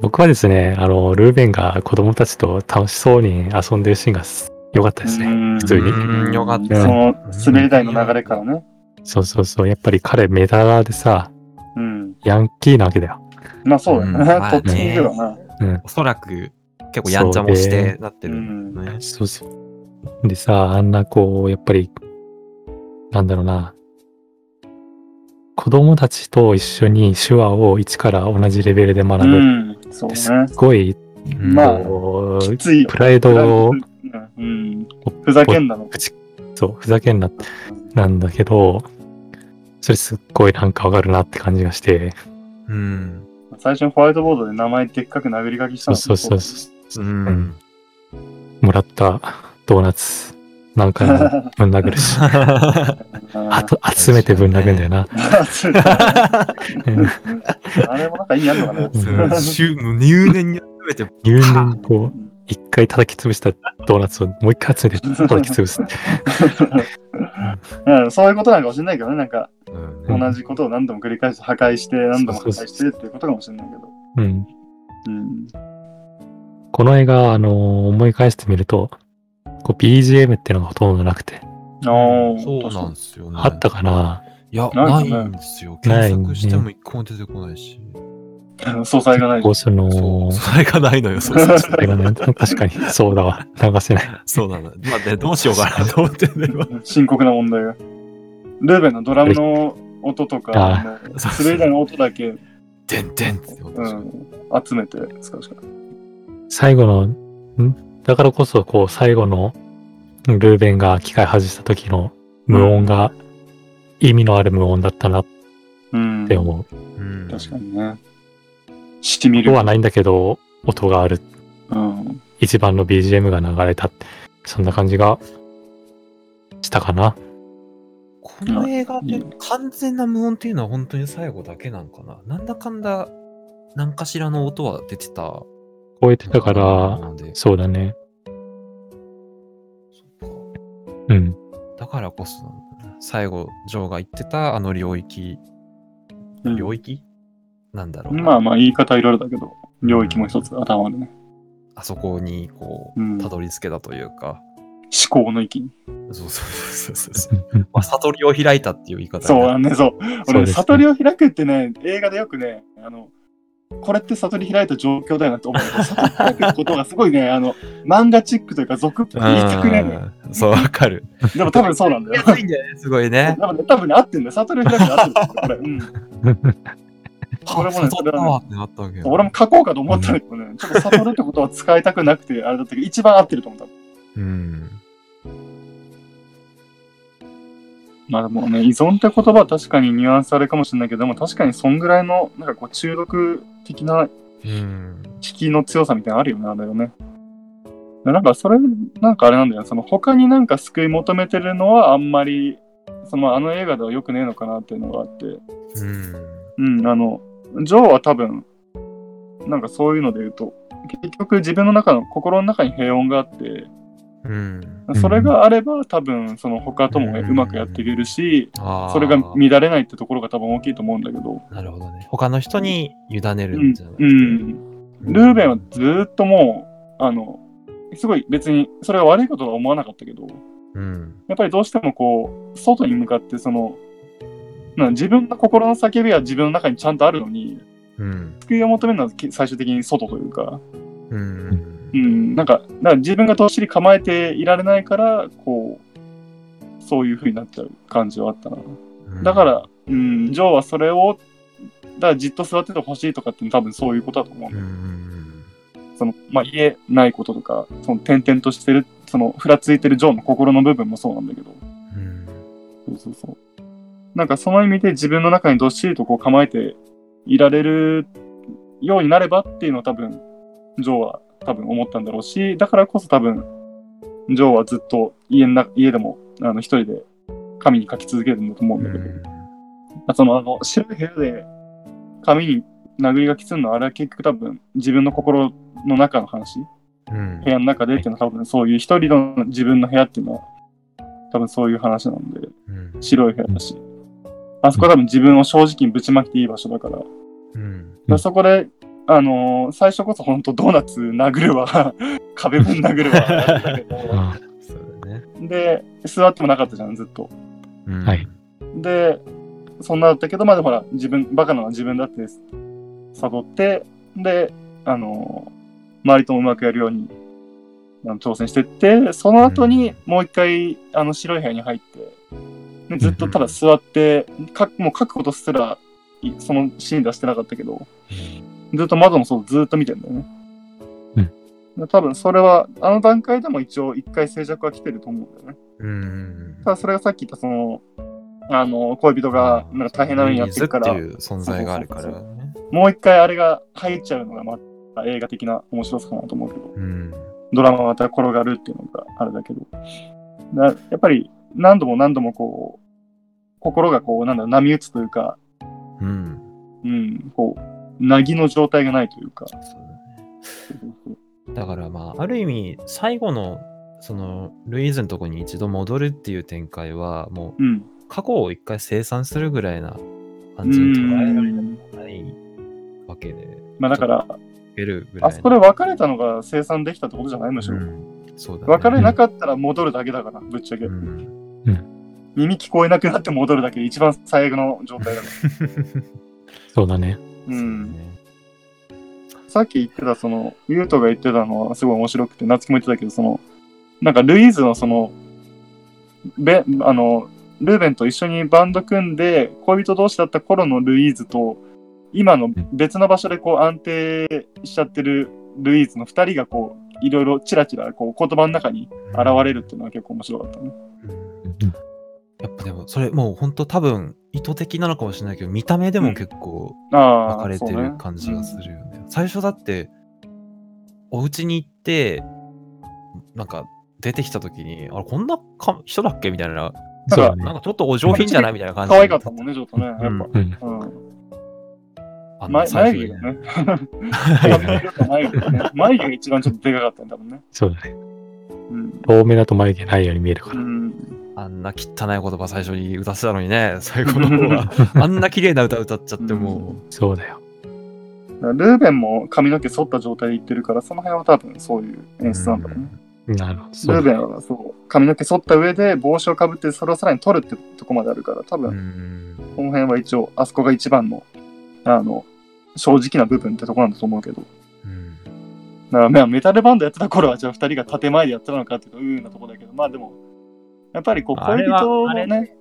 [SPEAKER 2] 僕はですね、あの、ルーベンが子供たちと楽しそうに遊んでるシーンがす良かったですね。
[SPEAKER 4] 普
[SPEAKER 2] 普通に
[SPEAKER 1] うんよかった
[SPEAKER 4] その滑り台の流れからね。
[SPEAKER 2] そうそうそう。やっぱり彼メダラーでさ、
[SPEAKER 4] うん。
[SPEAKER 2] ヤンキーなわけだよ。
[SPEAKER 4] まあそうだ
[SPEAKER 1] うん
[SPEAKER 4] <laughs>
[SPEAKER 1] まあ
[SPEAKER 4] ね。
[SPEAKER 1] ね
[SPEAKER 4] とっちに行けばな。
[SPEAKER 1] おそらく結構やんちゃもしてなってるんだよね。
[SPEAKER 2] そうそう。でさ、あんなこう、やっぱり、なんだろうな。子供たちと一緒に手話を一から同じレベルで学
[SPEAKER 4] う
[SPEAKER 2] ぶっ
[SPEAKER 4] ん。そう
[SPEAKER 2] てす
[SPEAKER 4] ね。
[SPEAKER 2] っごい、
[SPEAKER 1] うん
[SPEAKER 4] まあ
[SPEAKER 2] こ
[SPEAKER 4] き
[SPEAKER 2] う、
[SPEAKER 4] ついよ。
[SPEAKER 2] プライドを、
[SPEAKER 4] うん。ふざけんだの。
[SPEAKER 2] そう、ふざけんな、なんだけど、それすっごいなんかわかるなって感じがして、
[SPEAKER 1] うん。
[SPEAKER 4] 最初にホワイトボードで名前でっかく殴り書きした
[SPEAKER 2] そう
[SPEAKER 4] の
[SPEAKER 2] そうそうそう、
[SPEAKER 1] うん。、
[SPEAKER 2] もらったドーナツ、なんかぶん殴るし
[SPEAKER 4] <laughs>
[SPEAKER 2] あと集めてぶん殴るんだよな。
[SPEAKER 4] あれもなんか意味あるのかね。
[SPEAKER 2] うん
[SPEAKER 1] 週の入念に集めて、
[SPEAKER 2] 入念に <laughs> こう、一回叩き潰したドーナツをもう一回集めて叩き潰す。
[SPEAKER 4] うんそういうことなんかもしれないけどね、なんか
[SPEAKER 1] うんね
[SPEAKER 4] 同じことを何度も繰り返して破壊して、何度も破壊してっていうことかもしれないけど。
[SPEAKER 2] うん。
[SPEAKER 4] うん。
[SPEAKER 2] この映画、あのー思い返してみると、こう BGM ってのがほとんどなくて、
[SPEAKER 4] ああ、
[SPEAKER 1] そうなんですよね。
[SPEAKER 2] あったかない
[SPEAKER 1] や、
[SPEAKER 4] な
[SPEAKER 1] ないい
[SPEAKER 4] よね
[SPEAKER 1] んですよ。
[SPEAKER 2] な
[SPEAKER 1] 検
[SPEAKER 2] いね
[SPEAKER 1] 索しても一個も出てこないし。
[SPEAKER 4] 総裁がない。
[SPEAKER 2] こうそ
[SPEAKER 1] そ
[SPEAKER 2] の
[SPEAKER 1] う、、それがない
[SPEAKER 2] <laughs>
[SPEAKER 1] のよ、そうそうそう
[SPEAKER 2] あれがね確かにそうだわ。流せない。
[SPEAKER 1] そうなの。まあ、で、どうしよう
[SPEAKER 2] <laughs>
[SPEAKER 1] かなと思ってね。今
[SPEAKER 4] 深刻な問題が。ルーベンのドラムの音とか、
[SPEAKER 2] あ
[SPEAKER 4] あの滑り台の音だけ、うん、
[SPEAKER 1] でんでんって思ってしまう
[SPEAKER 4] 集めて使うしかない。
[SPEAKER 2] 最後の、んだからこそ、こう、最後の、ルーベンが機械外した時の無音が、意味のある無音だったなっ
[SPEAKER 4] うん。
[SPEAKER 2] て思う。こ
[SPEAKER 1] うん
[SPEAKER 4] 確かにね。してみる
[SPEAKER 2] と。はないんだけど、音がある。
[SPEAKER 4] うん。
[SPEAKER 2] 一番の BGM が流れた。そんな感じが、したかな。
[SPEAKER 1] この映画で完全な無音っていうのは本当に最後だけなんかな。なんだかんだ、何かしらの音は出てた。
[SPEAKER 2] 超えてたから、
[SPEAKER 1] なんで、そ
[SPEAKER 2] そうだね。
[SPEAKER 1] っか
[SPEAKER 2] うん。
[SPEAKER 1] だからこそなんだな最後、ジョーが言ってたあの領域、
[SPEAKER 4] うん
[SPEAKER 1] 領域なんだろうな。
[SPEAKER 4] まあまあ言い方いろいろだけど、領域も一つ頭でね。
[SPEAKER 1] あそこにこ
[SPEAKER 4] うん
[SPEAKER 1] う、たどり着けたというか、
[SPEAKER 4] 思考の域に。
[SPEAKER 1] そうそうそうそうそう。
[SPEAKER 2] うん
[SPEAKER 1] まあ、悟りを開いたっていう言い方
[SPEAKER 4] そう、あのね、そう。
[SPEAKER 2] そう
[SPEAKER 4] 俺、
[SPEAKER 2] ですね
[SPEAKER 4] 悟りを開くってね、映画でよくね、あの、これって悟り開いた状況だよなって思うけど。悟り開くことがすごいね、あの、漫画チックというか、俗っぽく言いたくねえのよ。
[SPEAKER 1] うんそう、わかる。
[SPEAKER 4] でも多分そうなんだよ。
[SPEAKER 1] 安いんだよね、すごいね。
[SPEAKER 4] 多分ね、多分ね合ってんだよ。悟りを開くの合ってんだよ、これ。うん。
[SPEAKER 2] <laughs>
[SPEAKER 1] あ
[SPEAKER 4] 俺もね
[SPEAKER 1] 悟ったわってなったわけよ。
[SPEAKER 4] 俺も書こうかと思ったんだけどね、ちょっと悟るってことは使いたくなくて、あれだったけど、一番合ってると思った。
[SPEAKER 1] うん。
[SPEAKER 4] まあでもね、依存って言葉は確かにニュアンスあれかもしれないけど、でも確かにそんぐらいの、なんかこう中毒的な
[SPEAKER 1] うん。
[SPEAKER 4] 引きの強さみたいなのあるよね、あれよね。なんかそれ、なんかあれなんだよね、その他になんか救い求めてるのはあんまり、そのあの映画では良くねえのかなっていうのがあって、
[SPEAKER 1] うん。
[SPEAKER 4] うん、あの、ジョーは多分、なんかそういうので言うと、結局自分の中の心の中に平穏があって、
[SPEAKER 1] うん。
[SPEAKER 4] それがあれば多分その他ともうまくやっていけるし、
[SPEAKER 1] あー
[SPEAKER 4] それが乱れないってところが多分大きいと思うんだけど、
[SPEAKER 1] なるほどね。他の人に委ね
[SPEAKER 4] う
[SPEAKER 1] るん
[SPEAKER 4] ん
[SPEAKER 1] じゃなく、て。
[SPEAKER 4] うん、ルーベンはずーっともう、あの、すごい別にそれは悪いことは思わなかったけど、
[SPEAKER 1] うん。
[SPEAKER 4] やっぱりどうしてもこう、外に向かってその、なん自分の心の叫びは自分の中にちゃんとあるのに、
[SPEAKER 1] うん。
[SPEAKER 4] 救いを求めるのはき最終的に外というか、
[SPEAKER 1] うん
[SPEAKER 4] う。ん、なんか、だから自分がどっしり構えていられないから、こう、そういう風になっちゃう感じはあったな。
[SPEAKER 1] うん
[SPEAKER 4] だか、ら、うん、ジョーはそれを、だからじっと座っててほしいとかって多分そういうことだと思う
[SPEAKER 1] うんうんうん。
[SPEAKER 4] その、まあ、言えないこととか、その、点々としてる、その、ふらついてるジョーの心の部分もそうなんだけど、
[SPEAKER 1] うん
[SPEAKER 4] そうそうそう。なんかその意味で自分の中にどっしりとこう構えていられるようになればっていうのを多分、ジョーは多分思ったんだろうし、だからこそ多分、ジョーはずっと家の中家でもあの一人で紙に書き続けるんだと思うん
[SPEAKER 1] う
[SPEAKER 4] だけど、
[SPEAKER 1] ん
[SPEAKER 4] そのあの白い部屋で紙に殴り書きするのはあれは結局多分自分の心の中の話、
[SPEAKER 1] うん
[SPEAKER 4] 部屋の中でっていうのは多分そういう一人の自分の部屋っていうのは多分そういう話なんで、
[SPEAKER 1] うん
[SPEAKER 4] 白い部屋だし、あそこは多分自分を正直にぶちまけていい場所だから、
[SPEAKER 1] うん
[SPEAKER 2] うん
[SPEAKER 4] そこで、あのー最初こそ本当ドーナツ殴るわ、 <laughs> 壁ぶん殴るわだったけ
[SPEAKER 2] <laughs>
[SPEAKER 4] ど、
[SPEAKER 2] あ
[SPEAKER 1] そうだね
[SPEAKER 4] で、座ってもなかったじゃん、ずっと。
[SPEAKER 1] うん
[SPEAKER 2] はい
[SPEAKER 4] で、そんなだったけど、まだほら、自分、バカなのは自分だって悟って、で、あのー周りともうまくやるように、あの挑戦してって、その後にもう一回、あの、白い部屋に入って、でずっとただ座って、かもう書くことすら、いそのシーン出してなかったけど、ずっと窓の外ずっと見てんだよね。で多分それは、あの段階でも一応一回静寂は来てると思うんだよね。
[SPEAKER 1] うん
[SPEAKER 4] ただそれがさっき言ったその、あの、恋人がなんか大変な目にやってるから、
[SPEAKER 1] ユーズっていう存在があるからね
[SPEAKER 4] もう一回あれが入っちゃうのがまた映画的な面白さかなと思うけど、
[SPEAKER 1] うん
[SPEAKER 4] ドラマはまた転がるっていうのがあれだけど、なやっぱり何度も何度もこう、心がこう、なんだろう、波打つというか、
[SPEAKER 1] うん
[SPEAKER 4] うん、こう、なぎの状態がないというか、
[SPEAKER 1] そうだねだからまあある意味最後のそのルイーズのとこに一度戻るっていう展開はも
[SPEAKER 4] うん。
[SPEAKER 1] う過去を一回清算するぐらいな感じに捉えられ
[SPEAKER 4] うん
[SPEAKER 1] ないわけで
[SPEAKER 4] まあだから、
[SPEAKER 1] 出るぐらい
[SPEAKER 4] あ
[SPEAKER 1] の
[SPEAKER 4] そこで別れたのが生産できたってことじゃないむし
[SPEAKER 1] う
[SPEAKER 4] ろ。
[SPEAKER 1] んそうだね
[SPEAKER 4] 別れなかったら戻るだけだから、ぶっちゃけ。
[SPEAKER 1] うん
[SPEAKER 4] 耳聞こえなくなって戻るだけで一番最悪の
[SPEAKER 1] <laughs>
[SPEAKER 4] 状態だから。
[SPEAKER 2] そうだね。
[SPEAKER 4] うん。さっき言ってた、その、ユートが言ってたのはすごい面白くて、夏希も言ってたけど、その、なんかルイーズのその、べ、あの、ルーベンと一緒にバンド組んで、恋人同士だった頃のルイーズと、今の別の場所でこう安定しちゃってるルイーズの二人がこう、いろいろチラチラこう言葉の中に現れるっていうのは結構面白かったね。
[SPEAKER 1] うんやっぱでもそれもう本当多分意図的なのかもしれないけど見た目でも結構
[SPEAKER 4] ああ、
[SPEAKER 1] 分かれて
[SPEAKER 4] そう
[SPEAKER 1] る
[SPEAKER 4] ね
[SPEAKER 1] 感じがするよね。最初だってお家に行ってなんか出てきた時にあれこんなか人だっけみたいな
[SPEAKER 2] そうだ
[SPEAKER 1] なん
[SPEAKER 2] ね。
[SPEAKER 1] かちょっとお上品じゃないみたいな
[SPEAKER 4] う
[SPEAKER 1] 感
[SPEAKER 4] ん
[SPEAKER 1] じ
[SPEAKER 4] 可愛かったもんね、ちょっとね。やっ
[SPEAKER 1] う
[SPEAKER 4] ぱ。
[SPEAKER 1] ん
[SPEAKER 2] うん。
[SPEAKER 4] うん
[SPEAKER 1] あの
[SPEAKER 4] ま
[SPEAKER 1] 最
[SPEAKER 4] 眉
[SPEAKER 1] 初
[SPEAKER 4] 毛
[SPEAKER 1] に
[SPEAKER 4] がね。
[SPEAKER 2] はいはい。
[SPEAKER 4] 眉毛がね。眉毛が一番ちょっとでかかったんだもんね。
[SPEAKER 2] そうだね。
[SPEAKER 4] うん。
[SPEAKER 2] 多めだと眉毛ないように見えるか
[SPEAKER 4] う
[SPEAKER 2] ら。
[SPEAKER 4] ん、
[SPEAKER 1] あんな汚い言葉最初に歌ってたのにね最後の方は
[SPEAKER 4] <laughs>
[SPEAKER 1] あんな綺麗な歌歌っちゃっても
[SPEAKER 2] そうだよ。
[SPEAKER 4] ルーベンも髪の毛剃った状態で言ってるから、その辺は多分そういう演出なんだろうね。
[SPEAKER 2] なるほど。そ
[SPEAKER 4] ルー
[SPEAKER 2] う
[SPEAKER 4] ベ
[SPEAKER 2] だ
[SPEAKER 4] ンはそう、髪の毛剃った上で帽子をかぶって、それをさらに取るってとこまであるから、多
[SPEAKER 1] う
[SPEAKER 4] 分、
[SPEAKER 1] ん
[SPEAKER 4] この辺は一応、あそこが一番の、あの、正直な部分ってとこなんだと思うけど。
[SPEAKER 1] うん
[SPEAKER 4] だからまあメタルバンドやってた頃は、じゃあ二人が建前でやってたのかっていうと、うーんなとこだけど、まあでも、やっぱりこう、
[SPEAKER 1] あ
[SPEAKER 4] 恋
[SPEAKER 1] れは
[SPEAKER 4] 人の
[SPEAKER 1] あれ
[SPEAKER 4] ね、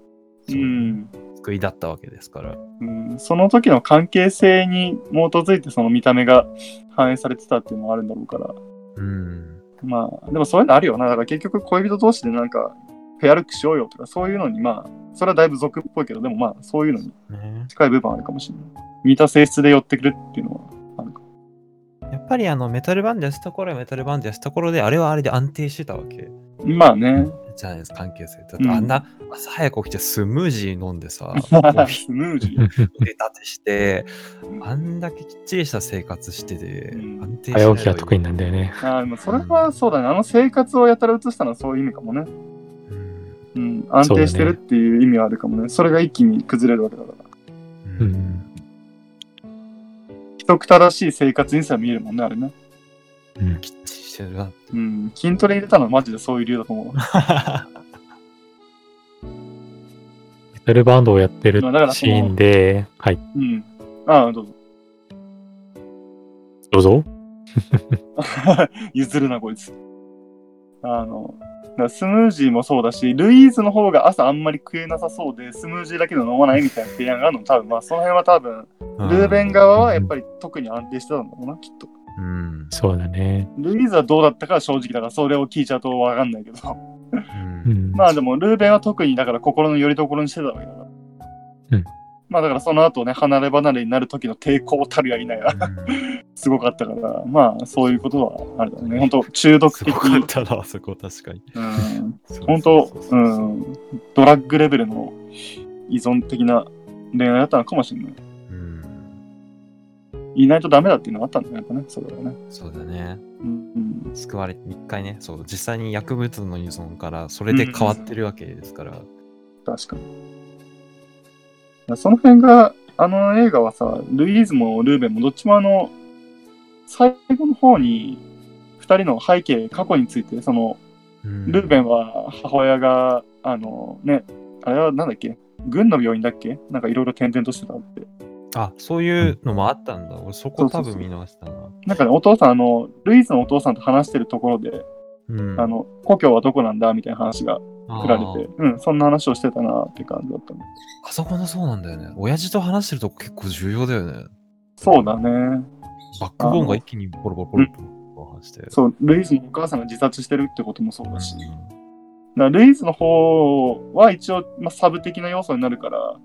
[SPEAKER 4] う、
[SPEAKER 1] そうん救いだったわけですから。
[SPEAKER 4] うんその時の関係性に基づいてその見た目が反映されてたっていうのはあるんだろうから。
[SPEAKER 1] うん
[SPEAKER 4] まあ、でもそういうのあるよな。だから結局恋人同士でなんか、ペアルックしようよとか、そういうのにまあ、それはだいぶ俗っぽいけど、でもまあ、そういうのに
[SPEAKER 1] ね
[SPEAKER 4] 近い部分はあるかもしれない。似た性質で寄ってくるっていうのはあるか。
[SPEAKER 1] やっぱりあのメタルバンドやってた頃はメタルバンドやってた頃であれはあれで安定してたわけ
[SPEAKER 4] まあね。 <laughs>
[SPEAKER 1] じゃないですか関係性だっ
[SPEAKER 4] う
[SPEAKER 1] て
[SPEAKER 4] ん
[SPEAKER 1] あんな朝早く起きてスムージー飲んでさ
[SPEAKER 4] ス
[SPEAKER 1] も
[SPEAKER 4] ム
[SPEAKER 1] う
[SPEAKER 4] ージー。
[SPEAKER 1] 出たてしてあんだけきっちりした生活してて
[SPEAKER 4] うん
[SPEAKER 1] 安定して
[SPEAKER 2] 早起きが得意なんだよね。
[SPEAKER 4] ああ、でもそれはそうだね。あの生活をやたら映したのはそういう意味かもね。
[SPEAKER 1] うん
[SPEAKER 4] うん。安定してるっていう意味はあるかもね。それが一気に崩れるわけだから。
[SPEAKER 1] う
[SPEAKER 2] うんん
[SPEAKER 4] 規則正しい生活にさえ見えるもんね、あれね。
[SPEAKER 2] うん。
[SPEAKER 1] きっちりしてるな
[SPEAKER 4] うん、筋トレ入れたのはマジでそういう理由だと思う。
[SPEAKER 2] メタルバンドをやってる
[SPEAKER 4] まあだからそ
[SPEAKER 2] シ
[SPEAKER 4] の
[SPEAKER 2] ーンで、はい、
[SPEAKER 4] うん。ああ、どうぞ。
[SPEAKER 2] どうぞ。
[SPEAKER 4] 譲るな、こいつ。あの、だからスムージーもそうだし、ルイーズの方が朝あんまり食えなさそうで、スムージーだけど飲まないみたいな提案があるの、多分まあ、その辺は多分、ルーベン側はやっぱり特に安定してたんだろうな、きっと。
[SPEAKER 1] うん。
[SPEAKER 2] そうだね。
[SPEAKER 4] ルイーズはどうだったかは正直だから、それを聞いちゃうとわかんない
[SPEAKER 2] <laughs>
[SPEAKER 4] けど。
[SPEAKER 1] うん
[SPEAKER 2] うん。
[SPEAKER 4] まあでも、ルーベンは特にだから心の拠り所にしてたわけだから。
[SPEAKER 2] うん。
[SPEAKER 4] まあだからその後ね、離れ離れになる時の抵抗たるやいなや、すごかったから、まあそういうことはあれだね。本当中毒
[SPEAKER 1] す
[SPEAKER 4] 的
[SPEAKER 1] ご。かったな、あそこ確かに。
[SPEAKER 4] うん。
[SPEAKER 1] そう
[SPEAKER 4] 本
[SPEAKER 1] そ
[SPEAKER 4] 当
[SPEAKER 1] うそう、そ
[SPEAKER 4] う
[SPEAKER 1] うそう。
[SPEAKER 4] ん。ドラッグレベルの依存的な恋愛だったのかもしれない。
[SPEAKER 1] うん。
[SPEAKER 4] いないとダメだっていうのがあったんだね、やっぱね、それはね。
[SPEAKER 1] そうだね。
[SPEAKER 4] うん。
[SPEAKER 1] 救われて、一回ね、そう、実際に薬物の依存から、それで変わってるわけですから。
[SPEAKER 4] 確かに。その辺が、あの映画はさ、ルイーズもルーベンもどっちもあの、最後の方に、二人の背景、過去について、その、
[SPEAKER 1] うん
[SPEAKER 4] ルーベンは母親が、あのね、あれはなんだっけ軍の病院だっけなんかいろいろ転々としてたって。
[SPEAKER 1] あ、そういうのもあったんだ。俺、そこ多分見逃したな。
[SPEAKER 4] なんかね、お父さん、あの、ルイーズのお父さんと話してるところで、
[SPEAKER 1] うん
[SPEAKER 4] あの、故郷はどこなんだみたいな話が振られ
[SPEAKER 1] あー、
[SPEAKER 4] てうん、そんな話をしてたなって感じだったね。
[SPEAKER 1] あそこのそうなんだよね。親父と話してるとこ結構重要だよね。
[SPEAKER 4] そうだね。
[SPEAKER 1] バックボーンが一気にボロボロボロボロボロ話して。
[SPEAKER 4] そう、ルイーズのお母さんが自殺してるってこともそうだし、だか
[SPEAKER 1] う
[SPEAKER 4] らルイーズの方は一応、まあ、サブ的な要素になるから、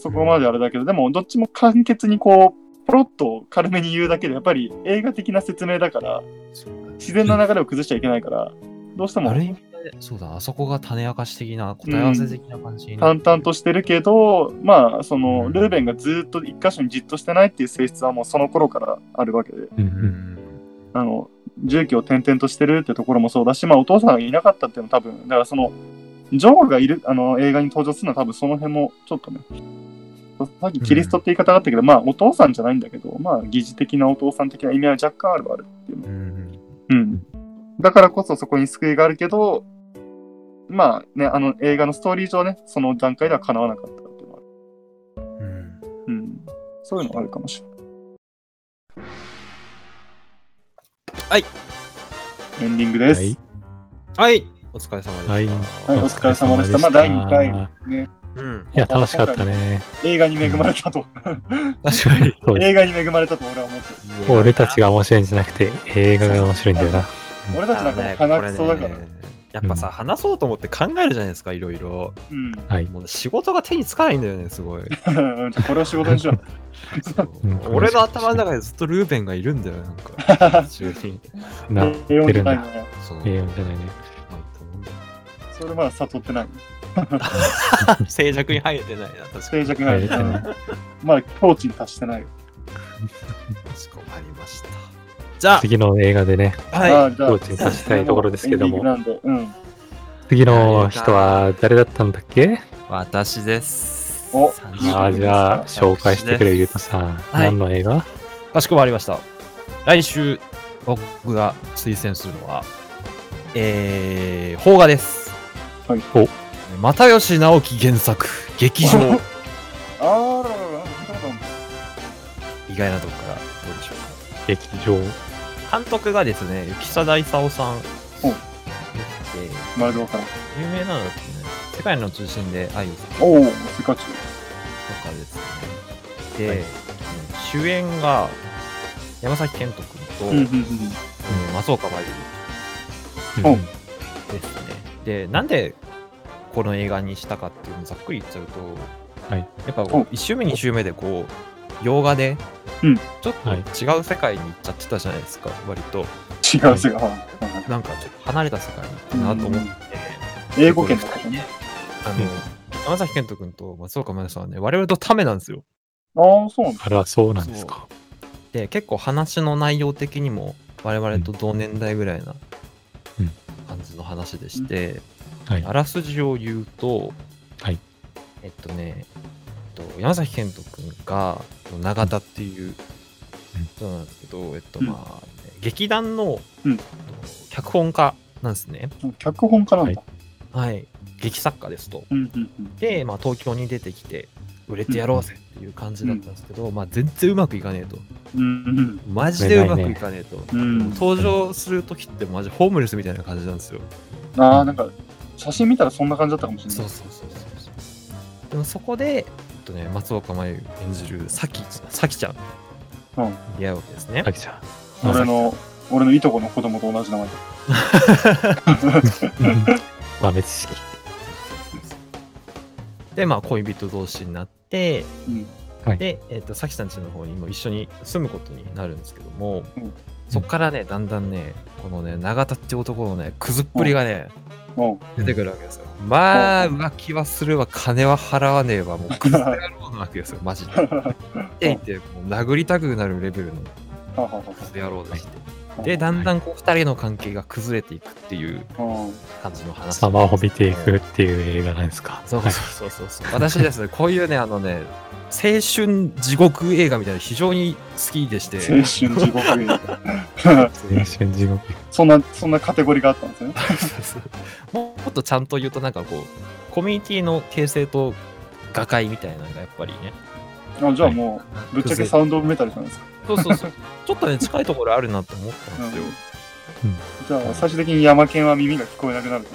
[SPEAKER 4] そこまであれだけど、でもどっちも簡潔にこう、ポロッと軽めに言うだけで、やっぱり映画的な説明だから、
[SPEAKER 1] んそうだね
[SPEAKER 4] 自然な流れを崩しちゃいけないから、どうしても
[SPEAKER 1] ある意味で、そうだ、あそこが種明かし的な、答え合わせ的な感じにな
[SPEAKER 4] 淡
[SPEAKER 1] ってる
[SPEAKER 4] 々としてるけど、まあ、その、ルーベンがずっと一箇所にじっとしてないっていう性質はもうその頃からあるわけで、
[SPEAKER 2] うん
[SPEAKER 1] う
[SPEAKER 2] うん
[SPEAKER 1] ん
[SPEAKER 4] あの、住居を転々としてるってところもそうだし、まあお父さんがいなかったっていうのは多分、だからその、ジョーがいる、あの、映画に登場するのは多分その辺もちょっとね、さっきキリストって言い方があったけど、まあお父さんじゃないんだけど、まあ疑似的なお父さん的な意味は若干あるはある。
[SPEAKER 1] うん
[SPEAKER 4] うん。だからこそそこに救いがあるけど、まあね、あの映画のストーリー上ね、その段階では叶わなかったっていうのはある。
[SPEAKER 1] うん
[SPEAKER 4] うん。そういうのはあるかもしれない。
[SPEAKER 1] はい。
[SPEAKER 4] エンディング
[SPEAKER 2] は
[SPEAKER 4] です。
[SPEAKER 2] い。
[SPEAKER 1] はい、お疲れ様でした。
[SPEAKER 2] はい
[SPEAKER 4] はい、お疲れ様でした。まあ、第2回、ね、
[SPEAKER 1] うん、
[SPEAKER 2] いや、楽しかったね。
[SPEAKER 4] 映画に恵まれたと、 <laughs>
[SPEAKER 1] 確かに。
[SPEAKER 2] <laughs> そう
[SPEAKER 4] 映画に恵まれたと俺は思ってる。
[SPEAKER 2] 俺たちが面白いんじゃなくて、映画が面白いんだよな。
[SPEAKER 4] 俺たちなんかもう鼻くそだか
[SPEAKER 1] あ
[SPEAKER 4] ら。
[SPEAKER 1] のねこれねやっぱさ、
[SPEAKER 2] うん
[SPEAKER 1] 話そうと思って考えるじゃないですか、いろいろ。
[SPEAKER 4] うん。 <laughs>
[SPEAKER 2] はい。
[SPEAKER 1] もう仕事が手につかないんだよね、すご <laughs> い。
[SPEAKER 4] じゃあこれを仕事にしよう。
[SPEAKER 1] そう
[SPEAKER 2] うん
[SPEAKER 1] 俺の頭の中でずっとルーベンがいるんだよ、なん <laughs> か。中に。
[SPEAKER 2] <laughs> なっ
[SPEAKER 4] A4
[SPEAKER 2] てるん
[SPEAKER 4] ない
[SPEAKER 2] だ。
[SPEAKER 4] ね。
[SPEAKER 1] そう。
[SPEAKER 2] 映画じゃないね。
[SPEAKER 4] それまだ悟ってない。
[SPEAKER 1] 静寂に入れてないな、確か
[SPEAKER 4] 静
[SPEAKER 1] に。
[SPEAKER 4] 寂がある
[SPEAKER 2] 入れてない
[SPEAKER 4] まだ境地に達してない。
[SPEAKER 1] かしこまりました。じゃ
[SPEAKER 2] 次の映画でね、
[SPEAKER 1] あ、はい。
[SPEAKER 4] まあじゃあ
[SPEAKER 2] 境地に達したいところですけども
[SPEAKER 4] エンディングなんで、
[SPEAKER 2] 次の人は誰だったんだっけ
[SPEAKER 1] 私です。
[SPEAKER 4] お
[SPEAKER 1] 30
[SPEAKER 2] ああ、じゃあ、紹介してくれ、ゆうとさん。
[SPEAKER 1] い
[SPEAKER 2] 何の映画
[SPEAKER 1] かしこまりました。来週、僕が推薦するのは、えー、邦画です。
[SPEAKER 4] はい
[SPEAKER 2] お
[SPEAKER 1] 又吉直樹原作、劇 <laughs> 場。
[SPEAKER 4] うん。あーららら、見たことある
[SPEAKER 1] 意外なとこから、どうでしょうか。
[SPEAKER 2] 劇場。
[SPEAKER 1] 監督がですね、浮所大沢さん。
[SPEAKER 4] お
[SPEAKER 1] で
[SPEAKER 4] まるでわからん。
[SPEAKER 1] 有名なのですね、世界の中心で愛をすると
[SPEAKER 4] おお、世界中。
[SPEAKER 1] かですね。で、主演が山崎賢人君と、
[SPEAKER 4] うんうんうんうん。
[SPEAKER 1] うん松岡茉優
[SPEAKER 4] お
[SPEAKER 1] ですね。で、なんでこの映画にしたかっていうのをざっくり言っちゃうと、
[SPEAKER 2] はい
[SPEAKER 1] やっぱ
[SPEAKER 4] お
[SPEAKER 1] 1周目、2周目でこう、洋画で、
[SPEAKER 4] うん
[SPEAKER 1] ちょっと
[SPEAKER 2] はい
[SPEAKER 1] 違う世界に行っちゃってたじゃないですか、割と。
[SPEAKER 4] 違う世界はいはい
[SPEAKER 1] なんかちょっと離れた世界に行ったなと思って。
[SPEAKER 4] 英語圏だからね。
[SPEAKER 1] あ
[SPEAKER 2] うん
[SPEAKER 1] の、山崎賢人君と松岡茉優さんはね、我々とためなんですよ。
[SPEAKER 4] ああ、そうなんだ。
[SPEAKER 2] あら、そうなんですか。
[SPEAKER 1] で、結構話の内容的にも、我々と同年代ぐらいな
[SPEAKER 2] うん
[SPEAKER 1] 感じの話でして、
[SPEAKER 2] はい
[SPEAKER 1] あ。らすじを言うと、
[SPEAKER 2] はい
[SPEAKER 1] えっとね、えっと、山崎賢人君が、永田っていう人なんですけど、えっと、
[SPEAKER 4] うん
[SPEAKER 1] まあ、劇団の、
[SPEAKER 4] うん
[SPEAKER 1] えっと脚本家なんですね。
[SPEAKER 4] 脚本家なんだ。
[SPEAKER 1] はい。劇作家ですと。
[SPEAKER 4] うんうんうん。
[SPEAKER 1] で、まあ、東京に出てきて売れてやろうぜっていう感じだったんですけど、まあ、全然うまくいかねえと
[SPEAKER 4] うん
[SPEAKER 1] マジでうまくいかねえと、
[SPEAKER 4] うんうん。
[SPEAKER 1] 登場する時ってマジホームレスみたいな感じなんですよ、
[SPEAKER 4] ああ、なんか、写真見たらそんな感じだったかもしれ
[SPEAKER 1] そ
[SPEAKER 4] な
[SPEAKER 1] う
[SPEAKER 4] い。
[SPEAKER 1] そうそうそうでもそこで、えっとね、松岡茉優演じる咲ちゃん咲ちゃんに
[SPEAKER 4] うん
[SPEAKER 1] 出会うわけですね、
[SPEAKER 2] あきちゃん。
[SPEAKER 1] まさ
[SPEAKER 4] 俺
[SPEAKER 1] き
[SPEAKER 4] の、俺のいとこの子供と同じ名前だ。
[SPEAKER 2] 豆知識。
[SPEAKER 1] で、まあ、恋人同士になって、
[SPEAKER 4] うん
[SPEAKER 2] はい
[SPEAKER 1] で、えっとさきさんちの方にも一緒に住むことになるんですけども、
[SPEAKER 4] うん
[SPEAKER 1] そっからねだんだんねこのね永田って男のねくずっぷりがね、
[SPEAKER 4] うん。
[SPEAKER 1] 出てくるわけですよまあ浮気はするわ金は払わねえわもうくず野郎なわ <laughs> けですよマジで。って言ってもう殴りたくなるレベルの
[SPEAKER 4] ははは
[SPEAKER 1] クズ野郎でして、
[SPEAKER 4] は
[SPEAKER 1] でだんだんこう2人の関係が崩れていくっていう
[SPEAKER 4] うん。
[SPEAKER 1] 感じの話
[SPEAKER 2] 様を見ていくっていう映画なんですか。
[SPEAKER 1] そうそうそうそうそう。私
[SPEAKER 2] <laughs>
[SPEAKER 1] ですね、こういうね、あのね、青春地獄映画みたいなの非常に好きでして、
[SPEAKER 4] 青春地獄映画
[SPEAKER 2] 青春地獄。
[SPEAKER 4] そんな、そんなカテゴリーがあったんですね。
[SPEAKER 1] もうもっとちゃんと言うと、なんかこう、コミュニティの形成と画界みたいなのがやっぱりね、
[SPEAKER 4] あじゃあもう、ぶっちゃけサウンドオブメタルじゃないですか。
[SPEAKER 1] そうそうそう、ちょっとね、近いところあるなと思ったんですよ。
[SPEAKER 4] じゃあ、最終的に山県は耳が聞こえなくなる。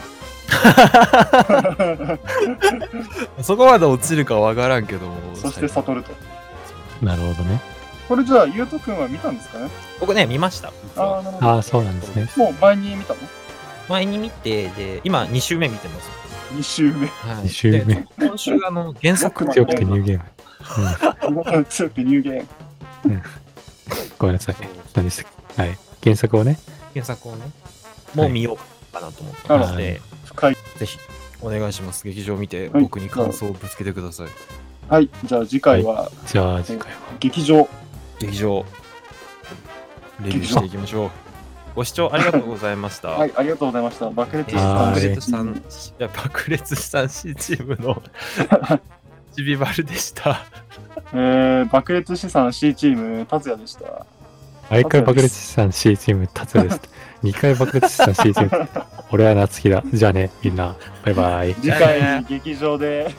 [SPEAKER 1] そこまで落ちるかわからんけども、
[SPEAKER 4] そして悟ると。
[SPEAKER 2] なるほどね。
[SPEAKER 4] これじゃあ、ゆうとくんは見たんですかね
[SPEAKER 1] 僕ね、見ました。実
[SPEAKER 4] あ
[SPEAKER 1] は
[SPEAKER 4] あ、なるほ
[SPEAKER 2] ああ、そうなんですね。
[SPEAKER 4] ど。もう前に見たの
[SPEAKER 1] 前に見て、で、今2週目見てます。
[SPEAKER 4] ?2 週 <laughs> 目。
[SPEAKER 1] はい、
[SPEAKER 2] 二週目
[SPEAKER 1] で今週、あの、原作の
[SPEAKER 2] 強くてニューゲーム。うん
[SPEAKER 4] 強くてニューゲーム。
[SPEAKER 2] ごめんなさい。何でしたっけはい。原作をね。
[SPEAKER 1] 原作をね、もう見ようかなと思って
[SPEAKER 4] はい
[SPEAKER 1] まして、
[SPEAKER 4] 深い。
[SPEAKER 1] ぜひお願いします。劇場見て、
[SPEAKER 4] はい
[SPEAKER 1] 僕に感想をぶつけてください。
[SPEAKER 4] はい、じゃあ次回は
[SPEAKER 2] じゃあ次回は。
[SPEAKER 4] 劇場。
[SPEAKER 1] 劇場、レビューしていきましょう。ご視聴ありがとうございま
[SPEAKER 4] <laughs>
[SPEAKER 1] した。
[SPEAKER 4] はい、ありがとうございました。爆裂
[SPEAKER 1] え
[SPEAKER 4] し
[SPEAKER 1] ー
[SPEAKER 4] た
[SPEAKER 1] 爆
[SPEAKER 2] はい
[SPEAKER 1] 裂さん、いや、爆裂さん C チームの <laughs> ちびバルでした。
[SPEAKER 4] えー、爆裂資産 C チーム、達也でした。
[SPEAKER 2] 毎回爆裂資産 C チーム、達也です。2回爆裂資産 C チーム。俺は夏希だ。じゃあね、みんな。バイバイ。
[SPEAKER 4] 次回、劇場で。